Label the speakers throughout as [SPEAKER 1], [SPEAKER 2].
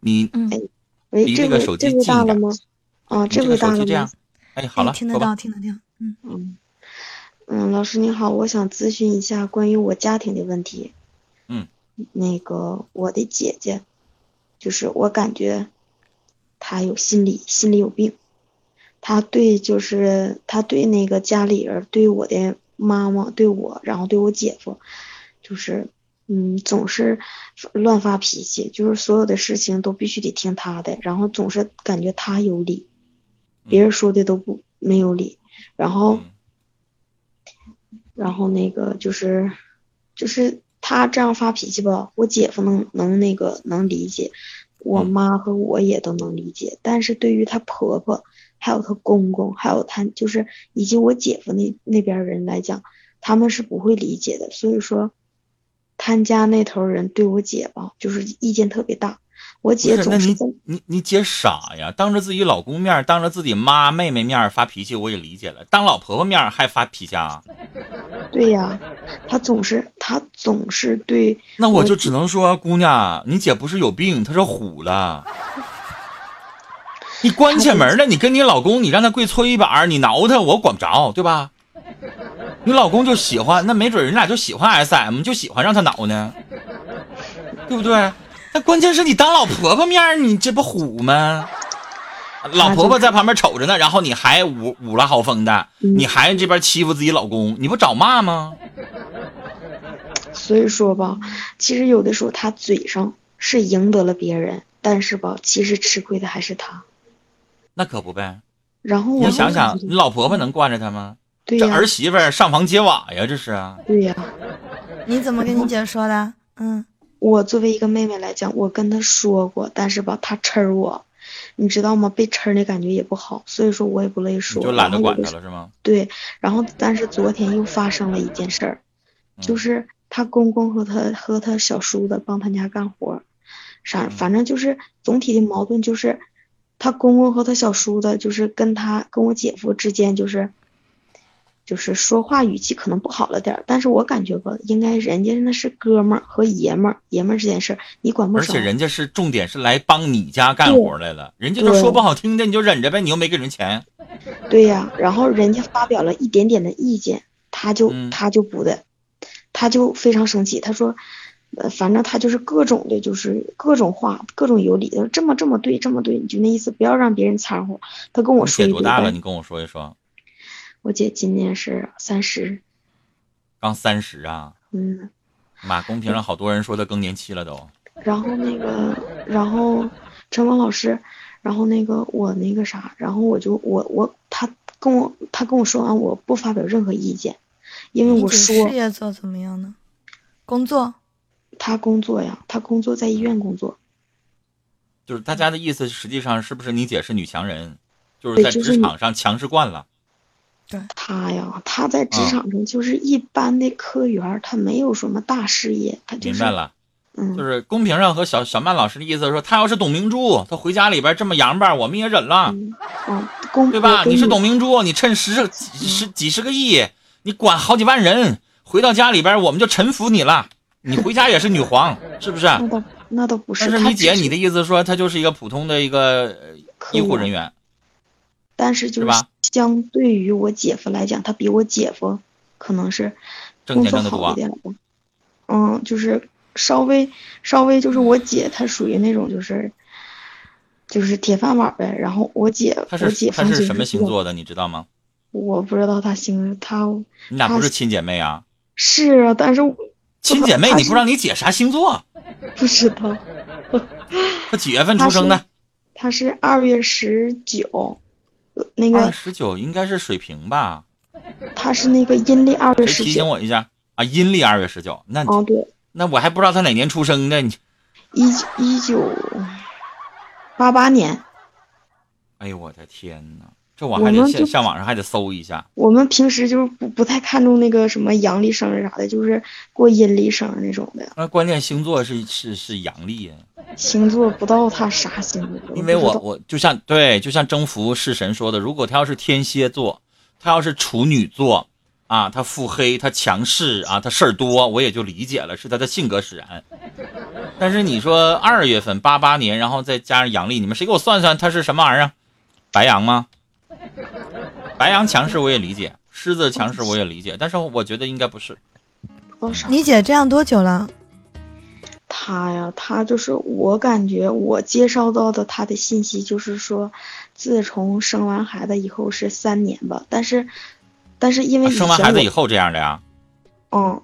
[SPEAKER 1] 你
[SPEAKER 2] 嗯，
[SPEAKER 3] 喂，
[SPEAKER 1] 离
[SPEAKER 3] 哎这
[SPEAKER 1] 那个
[SPEAKER 3] 回
[SPEAKER 1] 手
[SPEAKER 3] 这
[SPEAKER 1] 机
[SPEAKER 3] 回
[SPEAKER 1] 近
[SPEAKER 3] 大
[SPEAKER 1] 一
[SPEAKER 3] 了
[SPEAKER 1] 点
[SPEAKER 3] 吗？啊，
[SPEAKER 1] 这
[SPEAKER 3] 这回
[SPEAKER 1] 个手
[SPEAKER 3] 大了
[SPEAKER 1] 机
[SPEAKER 3] 吗？
[SPEAKER 1] 这样。哎，好
[SPEAKER 2] 哎
[SPEAKER 1] 了，
[SPEAKER 2] 听
[SPEAKER 1] 说
[SPEAKER 2] 得
[SPEAKER 1] 吧
[SPEAKER 2] 到，听得到，嗯，
[SPEAKER 3] 嗯，嗯，老师您好，我想咨询一下关于我家庭的问题。
[SPEAKER 1] 嗯，
[SPEAKER 3] 那个我的姐姐，就是我感觉她有心理心理有病，她对就是她对那个家里人，对我的妈妈，对我，然后对我姐夫，就是嗯，总是乱发脾气，就是所有的事情都必须得听她的，然后总是感觉她有理，别人说的都不没有理，然后。
[SPEAKER 1] 嗯
[SPEAKER 3] 然后那个就是，就是他这样发脾气吧，我姐夫能能那个能理解，我
[SPEAKER 1] 嗯
[SPEAKER 3] 妈和我也都能理解。但是对于她婆婆，还有她公公，还有她就是以及我姐夫那那边儿人来讲，他们是不会理解的。所以说，他家那头儿人对我姐吧，就是意见特别大。我
[SPEAKER 1] 不
[SPEAKER 3] 姐
[SPEAKER 1] 是，那
[SPEAKER 3] 总是
[SPEAKER 1] 你
[SPEAKER 3] 在
[SPEAKER 1] 你你姐傻呀！当着自己老公面儿，当着自己妈妹妹面儿发脾气，我也理解了。当老婆婆面儿还发脾气啊？
[SPEAKER 3] 对呀，她总是她总是对
[SPEAKER 1] 那我就
[SPEAKER 3] 我
[SPEAKER 1] 只能说，姑娘，你姐不是有病，她是虎了。你关起门来，你跟你老公，你让他跪搓衣板儿，你挠他，我管不着，对吧？你老公就喜欢，那没准人俩就喜欢 SM，就喜欢让他挠呢，对不对？那关键是你当老婆婆面儿，你这不虎吗？老婆婆在旁边瞅着呢，然后你还捂捂了好风的，
[SPEAKER 3] 嗯
[SPEAKER 1] 你还这边欺负自己老公，你不找骂吗？
[SPEAKER 3] 所以说吧，其实有的时候他嘴上是赢得了别人，但是吧，其实吃亏的还是他。
[SPEAKER 1] 那可不呗。
[SPEAKER 3] 然后我
[SPEAKER 1] 你想想，
[SPEAKER 3] 就
[SPEAKER 1] 你老婆婆能惯着他吗？
[SPEAKER 3] 对
[SPEAKER 1] 这
[SPEAKER 3] 呀、
[SPEAKER 1] 儿媳妇儿上房揭瓦呀，这是啊。
[SPEAKER 3] 对呀、
[SPEAKER 2] 你怎么跟你姐说的？嗯，
[SPEAKER 3] 我作为一个妹妹来讲，我跟她说过，但是吧，她呲儿我，你知道吗？被呲儿的感觉也不好，所以说我也不乐意
[SPEAKER 1] 你
[SPEAKER 3] 说。
[SPEAKER 1] 就懒得
[SPEAKER 3] 然后有
[SPEAKER 1] 管
[SPEAKER 3] 的
[SPEAKER 1] 他
[SPEAKER 3] 时候。
[SPEAKER 1] 了是吗？
[SPEAKER 3] 对，然后但是昨天又发生了一件事儿，就
[SPEAKER 1] 嗯
[SPEAKER 3] 是她公公和她和她小叔子帮他家干活儿，啥
[SPEAKER 1] 嗯
[SPEAKER 3] 反正就是总体的矛盾就是，她公公和她小叔子就是跟她跟我姐夫之间就是，就是说话语气可能不好了点儿，但是我感觉吧，应该人家那是哥们儿和爷们儿爷们儿这件事儿，你管不
[SPEAKER 1] 而
[SPEAKER 3] 着。
[SPEAKER 1] 且人家是重点是来帮你家干活来了，人家就说不好听的，你就忍着呗，你又没给人钱。
[SPEAKER 3] 对呀、然后人家发表了一点点的意见，他就、
[SPEAKER 1] 嗯
[SPEAKER 3] 他就不的，他就非常生气，他说，呃，反正他就是各种的，就是各种话，各种有理，的，这么这么对，这么对，你就那意思，不要让别人掺和。他跟我
[SPEAKER 1] 你
[SPEAKER 3] 说
[SPEAKER 1] 姐
[SPEAKER 3] 一
[SPEAKER 1] 多
[SPEAKER 3] 堆
[SPEAKER 1] 大了？
[SPEAKER 3] 呗
[SPEAKER 1] 你跟我说一说，
[SPEAKER 3] 我姐今年是三十，
[SPEAKER 1] 刚三十啊。
[SPEAKER 3] 嗯，
[SPEAKER 1] 妈，公屏上好多人说她更年期了都。
[SPEAKER 3] 然后那个，然后陈文老师，然后那个我那个啥，然后我就我我他跟我他跟我说完，我不发表任何意见，因为
[SPEAKER 2] 你
[SPEAKER 3] 嗯我
[SPEAKER 2] 姐
[SPEAKER 3] 说
[SPEAKER 2] 事业做怎么样呢？工作？
[SPEAKER 3] 他工作呀，他工作在医院工作。
[SPEAKER 1] 就是大家的意思，实际上是不是你姐是女强人，就是
[SPEAKER 3] 对
[SPEAKER 1] 在
[SPEAKER 3] 就是
[SPEAKER 1] 职
[SPEAKER 3] 你
[SPEAKER 1] 场上强势惯了？
[SPEAKER 3] 他呀，他在职
[SPEAKER 1] 啊
[SPEAKER 3] 场上就是一般的科员儿，他没有什么大事业，他就
[SPEAKER 1] 明
[SPEAKER 3] 是
[SPEAKER 1] 白了，就
[SPEAKER 3] 嗯
[SPEAKER 1] 是公屏上和小小曼老师的意思说，她要是董明珠，她回家里边这么洋吧，我们也忍了。
[SPEAKER 3] 嗯嗯，公
[SPEAKER 1] 对吧？
[SPEAKER 3] 我跟嗯
[SPEAKER 1] 你是董明珠，你趁十几十几十个亿，你管好几万人，回到家里边我们就臣服你了。你回家也是女皇，是 不是？
[SPEAKER 3] 那倒那倒不
[SPEAKER 1] 但
[SPEAKER 3] 他
[SPEAKER 1] 是你
[SPEAKER 3] 只
[SPEAKER 1] 姐，
[SPEAKER 3] 是
[SPEAKER 1] 你的意思说她就是一个普通的一个呃
[SPEAKER 3] 科
[SPEAKER 1] 医护
[SPEAKER 3] 员
[SPEAKER 1] 人，员，
[SPEAKER 3] 但是
[SPEAKER 1] 是
[SPEAKER 3] 就是
[SPEAKER 1] 吧
[SPEAKER 3] 相对于我姐夫来讲，他比我姐夫可能是
[SPEAKER 1] 挣
[SPEAKER 3] 工
[SPEAKER 1] 钱
[SPEAKER 3] 作
[SPEAKER 1] 挣得多
[SPEAKER 3] 好一
[SPEAKER 1] 啊。
[SPEAKER 3] 点吧，嗯，就是稍微稍微就是我姐她属于那种就是就是铁饭碗儿呗，然后我姐
[SPEAKER 1] 她
[SPEAKER 3] 我
[SPEAKER 1] 是
[SPEAKER 3] 姐
[SPEAKER 1] 她
[SPEAKER 3] 夫
[SPEAKER 1] 是
[SPEAKER 3] 就
[SPEAKER 1] 什么
[SPEAKER 3] 是
[SPEAKER 1] 星
[SPEAKER 3] 这种
[SPEAKER 1] 座的，你知道吗？
[SPEAKER 3] 我不知道她星她
[SPEAKER 1] 你俩
[SPEAKER 3] 她
[SPEAKER 1] 不是
[SPEAKER 3] 是
[SPEAKER 1] 亲姐妹啊？
[SPEAKER 3] 是啊，但是我
[SPEAKER 1] 亲姐妹，
[SPEAKER 3] 她
[SPEAKER 1] 你
[SPEAKER 3] 是
[SPEAKER 1] 不知道你姐啥星座？
[SPEAKER 3] 不知道，
[SPEAKER 1] 她几月份出生的？
[SPEAKER 3] 她是二月十九，呃那
[SPEAKER 1] 二
[SPEAKER 3] 个
[SPEAKER 1] 十九，应该是水瓶吧？
[SPEAKER 3] 她是那个阴历二
[SPEAKER 1] 谁
[SPEAKER 3] 月十
[SPEAKER 1] 提醒
[SPEAKER 3] 九，
[SPEAKER 1] 我一下啊？阴历二月十九，那
[SPEAKER 3] 啊对，
[SPEAKER 1] 那我还不知道她哪年出生的。你，
[SPEAKER 3] 一一九八八年，
[SPEAKER 1] 哎呦我的天哪！这我
[SPEAKER 3] 我
[SPEAKER 1] 还得
[SPEAKER 3] 们
[SPEAKER 1] 上
[SPEAKER 3] 就
[SPEAKER 1] 上网上还得搜一下。
[SPEAKER 3] 我们平时就是不不太看重那个什么阳历生日啥的，就是过阴历生日那种的。
[SPEAKER 1] 那关键星座是是是阳历，
[SPEAKER 3] 星座不知道她啥星座，
[SPEAKER 1] 因为
[SPEAKER 3] 不知
[SPEAKER 1] 我
[SPEAKER 3] 道
[SPEAKER 1] 我就像对，就像征服式神说的，如果他要是天蝎座，他要是处女座，啊，他腹黑，他强势啊，他事儿多，我也就理解了，是他的性格使然。但是你说二月份八八年，然后再加上阳历，你们谁给我算算他是什么玩意儿啊？白羊吗？白羊强势我也理解，狮子强势我也理解，但是我觉得应该不是。
[SPEAKER 3] 多少？
[SPEAKER 2] 你姐这样多久了？
[SPEAKER 3] 他呀，他就是我感觉我接收到的他的信息，就是说，自从生完孩子以后是三年吧，但是，但是因为以前
[SPEAKER 1] 啊生完孩子以
[SPEAKER 3] 后，
[SPEAKER 1] 后这样的呀？
[SPEAKER 3] 嗯，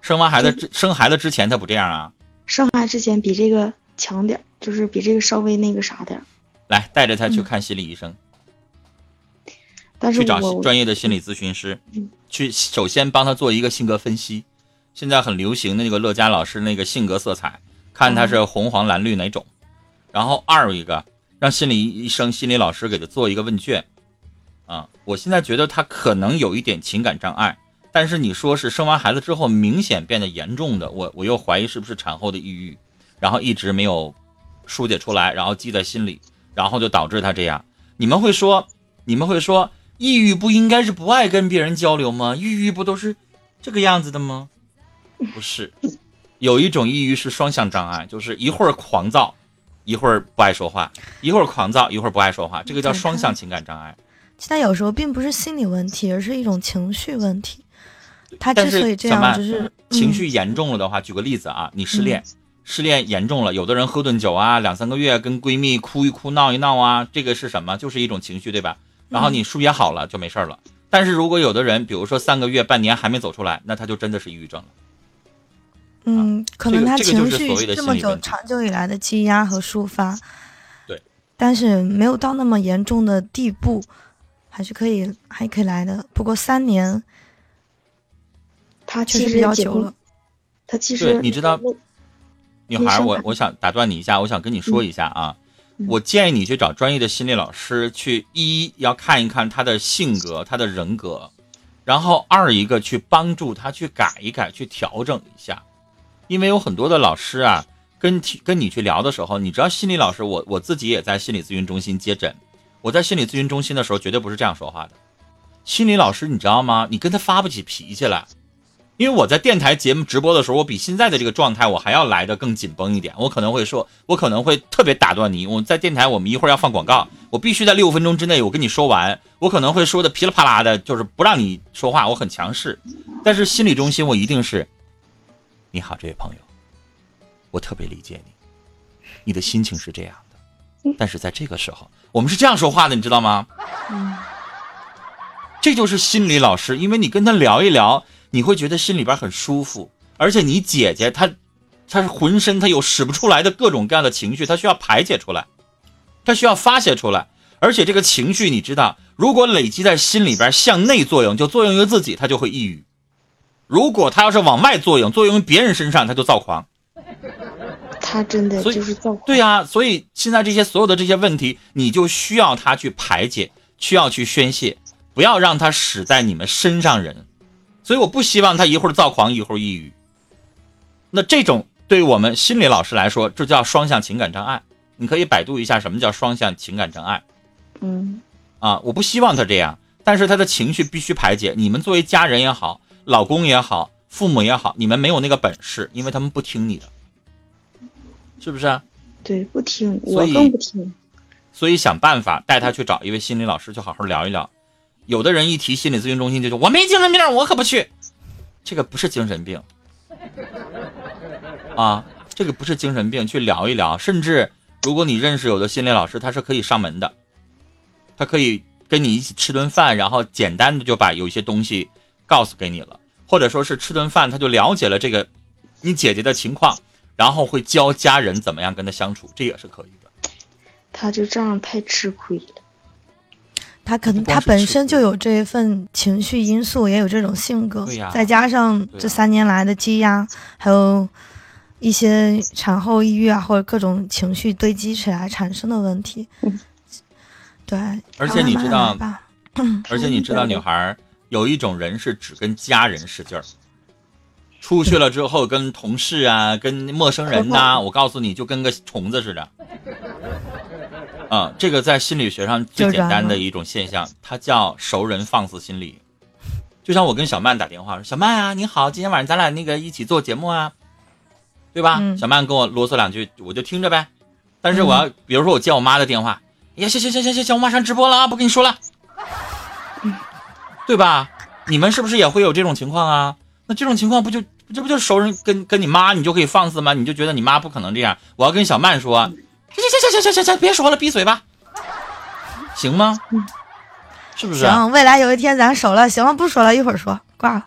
[SPEAKER 1] 生完孩子之生孩子之前他不这样啊？
[SPEAKER 3] 生孩子之前比这个强点儿，就是比这个稍微那个啥点儿，
[SPEAKER 1] 来，带着他去
[SPEAKER 2] 嗯
[SPEAKER 1] 看心理医生，
[SPEAKER 3] 但是
[SPEAKER 1] 去找
[SPEAKER 3] 我
[SPEAKER 1] 专业的心理咨询师
[SPEAKER 3] 嗯，
[SPEAKER 1] 去首先帮他做一个性格分析。现在很流行的那个乐嘉老师那个性格色彩，看
[SPEAKER 3] 嗯
[SPEAKER 1] 他是红黄蓝绿哪种。然后二一个让心理医生、心理老师给他做一个问卷。啊，我现在觉得他可能有一点情感障碍，但是你说是生完孩子之后明显变得严重的，我我又怀疑是不是产后的抑郁，然后一直没有疏解出来，然后记在心里，然后就导致他这样。你们会说，你们会说，抑郁不应该是不爱跟别人交流吗？抑郁不都是这个样子的吗？不是，有一种抑郁是双向障碍，就是一会儿狂躁，一会儿不爱说话，一会儿狂躁，一会儿不爱说话，这个叫双向情感障碍。
[SPEAKER 2] 其实他有时候并不是心理问题，而是一种情绪问题。他
[SPEAKER 1] 但
[SPEAKER 2] 之
[SPEAKER 1] 是
[SPEAKER 2] 所以这
[SPEAKER 1] 小
[SPEAKER 2] 样，
[SPEAKER 1] 曼
[SPEAKER 2] 就是
[SPEAKER 1] 情
[SPEAKER 2] 嗯
[SPEAKER 1] 绪严重了的话，举个例子啊，你失恋，失恋严重了，有的人喝顿酒啊，两三个月跟闺蜜哭一哭闹一闹啊，这个是什么？就是一种情绪，对吧？然
[SPEAKER 2] 嗯
[SPEAKER 1] 后你疏解好了就没事儿了。但是如果有的人，比如说三个月、半年还没走出来，那他就真的是抑郁症了。
[SPEAKER 2] 嗯，可
[SPEAKER 1] 啊这
[SPEAKER 2] 能
[SPEAKER 1] 个
[SPEAKER 2] 他
[SPEAKER 1] 这个就
[SPEAKER 2] 情
[SPEAKER 1] 是
[SPEAKER 2] 绪
[SPEAKER 1] 所谓的
[SPEAKER 2] 这
[SPEAKER 1] 心
[SPEAKER 2] 么
[SPEAKER 1] 理
[SPEAKER 2] 久
[SPEAKER 1] 问题
[SPEAKER 2] 长久以来的积压和抒发，
[SPEAKER 1] 对，
[SPEAKER 2] 但是没有到那么严重的地步，还是可以还可以来的。不过三年
[SPEAKER 3] 他
[SPEAKER 2] 确
[SPEAKER 3] 其
[SPEAKER 2] 实比
[SPEAKER 3] 实
[SPEAKER 2] 较
[SPEAKER 3] 姐
[SPEAKER 2] 久
[SPEAKER 3] 夫
[SPEAKER 2] 了，
[SPEAKER 3] 他其
[SPEAKER 1] 对
[SPEAKER 3] 实
[SPEAKER 1] 你知道
[SPEAKER 3] 我
[SPEAKER 1] 女孩儿，
[SPEAKER 3] 生
[SPEAKER 1] 我
[SPEAKER 3] 孩
[SPEAKER 1] 我想打断你一下，我想跟你说一下啊，
[SPEAKER 3] 嗯
[SPEAKER 1] 我建议你去找专业的心理老师去，一要看一看她的性格、她的人格，然后二一个去帮助她去改一改、去调整一下，因为有很多的老师啊，跟提跟你去聊的时候，你知道心理老师，我我自己也在心理咨询中心接诊，我在心理咨询中心的时候绝对不是这样说话的，心理老师你知道吗？你跟他发不起脾气来。因为我在电台节目直播的时候，我比现在的这个状态我还要来的更紧绷一点。我可能会说，我可能会特别打断你。我在电台，我们一会儿要放广告，我必须在六分钟之内我跟你说完。我可能会说的噼里啪啦的，就是不让你说话，我很强势。但是心理中心，我一定是，你好，这位朋友，我特别理解你，你的心情是这样的，但是在这个时候，我们是这样说话的，你知道吗？这就是心理老师，因为你跟他聊一聊，你会觉得心里边很舒服。而且你姐姐她，她是浑身她有使不出来的各种各样的情绪，她需要排解出来，她需要发泄出来。而且这个情绪，你知道，如果累积在心里边向内作用，就作用于自己，她就会抑郁；如果她要是往外作用，作用于别人身上，她就躁狂。
[SPEAKER 3] 他真的
[SPEAKER 1] 所以
[SPEAKER 3] 就是造
[SPEAKER 1] 对呀、所以现在这些所有的这些问题，你就需要他去排解，需要去宣泄，不要让他使在你们身上人。所以我不希望他一会儿躁狂，一会儿抑郁。那这种对于我们心理老师来说，这叫双向情感障碍。你可以百度一下什么叫双向情感障碍
[SPEAKER 3] 嗯，
[SPEAKER 1] 啊！我不希望他这样，但是他的情绪必须排解。你们作为家人也好，老公也好，父母也好，你们没有那个本事，因为他们不听你的，是不是啊、
[SPEAKER 3] 对，不听，
[SPEAKER 1] 所
[SPEAKER 3] 我
[SPEAKER 1] 以
[SPEAKER 3] 更不听。
[SPEAKER 1] 所以想办法带他去找一位心理老师，去好好聊一聊。有的人一提心理咨询中心就说我没精神病，我可不去。这个不是精神病啊，这个不是精神病，去聊一聊。甚至如果你认识有的心理老师，他是可以上门的，他可以跟你一起吃顿饭，然后简单的就把有一些东西告诉给你了，或者说是吃顿饭，他就了解了这个你姐姐的情况，然后会教家人怎么样跟她相处，这也是可以的。
[SPEAKER 3] 他就这样太吃亏了。
[SPEAKER 2] 他可能
[SPEAKER 1] 不光
[SPEAKER 2] 他
[SPEAKER 1] 是
[SPEAKER 2] 本
[SPEAKER 1] 吃
[SPEAKER 2] 身
[SPEAKER 1] 苦
[SPEAKER 2] 就有这一份情绪因素，也有这种性格，
[SPEAKER 1] 对呀
[SPEAKER 2] 再加上
[SPEAKER 1] 对
[SPEAKER 2] 这
[SPEAKER 1] 呀
[SPEAKER 2] 三年来的积压，还有一些产后抑郁啊，或者各种情绪堆积起来产生的问题。
[SPEAKER 3] 嗯
[SPEAKER 2] 对，
[SPEAKER 1] 而且你知
[SPEAKER 2] 慢慢来
[SPEAKER 1] 道，
[SPEAKER 2] 吧
[SPEAKER 1] 而且你知
[SPEAKER 3] 嗯
[SPEAKER 1] 道，女孩儿有一种人是只跟家人使劲儿，出去了之后跟同事啊、跟陌生人呐、我告诉你就跟个虫子似的。啊，这个在心理学上最简单的一种现象，它叫熟人放肆心理。就像我跟小曼打电话说：“小曼啊，你好，今天晚上咱俩那个一起做节目啊，对吧？”
[SPEAKER 2] 嗯
[SPEAKER 1] 小曼跟我啰嗦两句，我就听着呗。但是我要、比如说我接我妈的电话，哎呀，行行行行行行，我马上直播了啊，不跟你说了，
[SPEAKER 2] 嗯
[SPEAKER 1] 对吧？你们是不是也会有这种情况啊？那这种情况不就这不就熟人跟跟你妈你就可以放肆吗？你就觉得你妈不可能这样。我要跟小曼说，行行行行行行行，别说了，闭嘴吧，行吗？是不是啊？
[SPEAKER 2] 嗯行，未来有一天咱熟了，行了，不说了，一会儿说，挂了。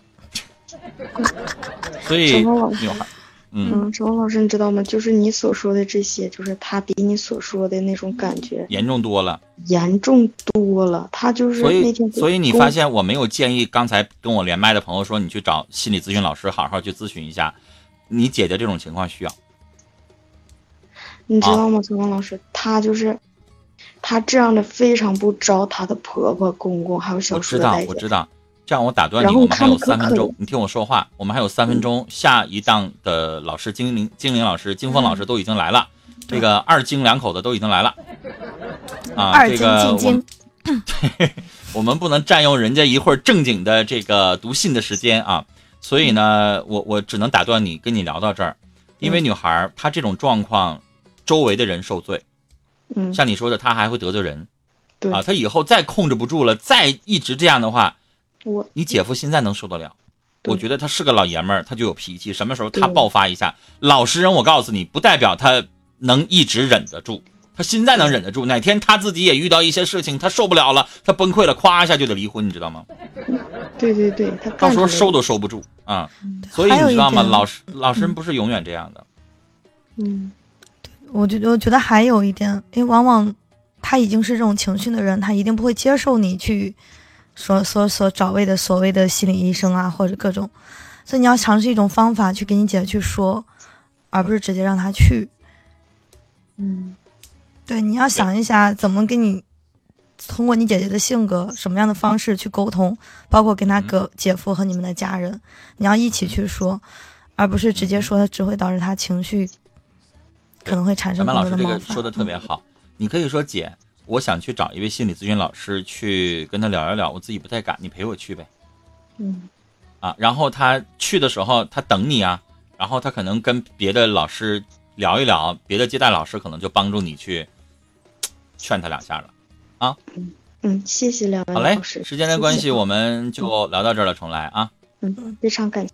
[SPEAKER 1] 所以
[SPEAKER 3] 什么老师
[SPEAKER 1] 女孩，嗯，
[SPEAKER 3] 嗯，小王老师，你知道吗？就是你所说的这些，就是他比你所说的那种感觉
[SPEAKER 1] 严重多了。
[SPEAKER 3] 严重多了。他就是
[SPEAKER 1] 所
[SPEAKER 3] 嗯那
[SPEAKER 1] 以
[SPEAKER 3] 天，
[SPEAKER 1] 所以你
[SPEAKER 3] 跟我
[SPEAKER 1] 发现我没有建议刚才跟我连麦的朋友说，你去找心理咨询老师好好去咨询一下。你姐姐这种情况需要，
[SPEAKER 3] 你知
[SPEAKER 1] 啊
[SPEAKER 3] 道吗，小王老师，她就是，她这样的非常不招她的婆婆、公公还有
[SPEAKER 1] 我
[SPEAKER 3] 小叔
[SPEAKER 1] 知
[SPEAKER 3] 的
[SPEAKER 1] 道
[SPEAKER 3] 待，
[SPEAKER 1] 我
[SPEAKER 3] 见。
[SPEAKER 1] 知道。这样我打断你，
[SPEAKER 3] 然后
[SPEAKER 1] 我们还有
[SPEAKER 3] 他
[SPEAKER 1] 三
[SPEAKER 3] 们可嗯
[SPEAKER 1] 分钟
[SPEAKER 3] 可，
[SPEAKER 1] 你听我说话，我们还有三分钟。下一档的老师精灵、精灵老师、金风老
[SPEAKER 3] 嗯
[SPEAKER 1] 师都已经来了，这个二精两口子都已经来了。啊，
[SPEAKER 2] 二
[SPEAKER 1] 这
[SPEAKER 2] 斤
[SPEAKER 1] 个
[SPEAKER 2] 进
[SPEAKER 1] 我们
[SPEAKER 2] 京，
[SPEAKER 1] 我们不能占用人家一会儿正经的这个读信的时间啊，所以呢，我我只能打断你，跟你聊到这儿，因为女孩儿她这种状况，周围的人受罪，
[SPEAKER 3] 嗯，
[SPEAKER 1] 像你说的，她还会得罪人
[SPEAKER 3] 对，
[SPEAKER 1] 啊，她以后再控制不住了，再一直这样的话，
[SPEAKER 3] 我
[SPEAKER 1] 你姐夫现在能受得了？
[SPEAKER 3] 对
[SPEAKER 1] 我觉得他是个老爷们儿，他就有脾气，什么时候他
[SPEAKER 3] 对
[SPEAKER 1] 爆发一下，老实人，我告诉你，不代表他能一直忍得住。他现在能忍得住，哪天他自己也遇到一些事情，他受不了了，他崩溃了，咵一下就得离婚，你知道吗？
[SPEAKER 3] 对对对，她
[SPEAKER 1] 到
[SPEAKER 3] 干
[SPEAKER 1] 时候
[SPEAKER 3] 出来
[SPEAKER 1] 收
[SPEAKER 3] 了
[SPEAKER 1] 都收不住啊、所以
[SPEAKER 2] 还有
[SPEAKER 1] 你知
[SPEAKER 2] 一
[SPEAKER 1] 道吗？
[SPEAKER 2] 点
[SPEAKER 1] 老师老师不是永远这样的，
[SPEAKER 3] 嗯，
[SPEAKER 2] 我觉得我觉得还有一点，因为往往他已经是这种情绪的人，他一定不会接受你去所所所找位的所谓的心理医生啊，或者各种，所以你要尝试一种方法去跟你姐去说，而不是直接让她去。
[SPEAKER 3] 嗯，
[SPEAKER 2] 对，你要想一下怎么跟你通过你姐姐的性格什么样的方式去沟通，包括跟她
[SPEAKER 1] 嗯
[SPEAKER 2] 哥、姐夫和你们的家人，你要一起去说，而不是直
[SPEAKER 1] 嗯
[SPEAKER 2] 接说，只会导致她情绪可能会产
[SPEAKER 1] 小
[SPEAKER 2] 生
[SPEAKER 1] 曼老
[SPEAKER 2] 更多
[SPEAKER 1] 师
[SPEAKER 2] 的
[SPEAKER 1] 这
[SPEAKER 2] 冒
[SPEAKER 1] 个
[SPEAKER 2] 犯。嗯
[SPEAKER 1] 说的特别好，你可以说姐，我想去找一位心理咨询老师去跟他聊一聊，我自己不太敢，你陪我去呗。
[SPEAKER 3] 嗯，
[SPEAKER 1] 啊，然后他去的时候他等你啊，然后他可能跟别的老师聊一聊，别的接待老师可能就帮助你去劝他两下了。
[SPEAKER 3] 嗯，谢谢两位
[SPEAKER 1] 好嘞，
[SPEAKER 3] 老师，
[SPEAKER 2] 啊
[SPEAKER 1] 时间的关
[SPEAKER 3] 谢
[SPEAKER 2] 嗯
[SPEAKER 3] 谢
[SPEAKER 1] 系，我们就聊到这儿了，重来啊。
[SPEAKER 3] 嗯，非常感谢。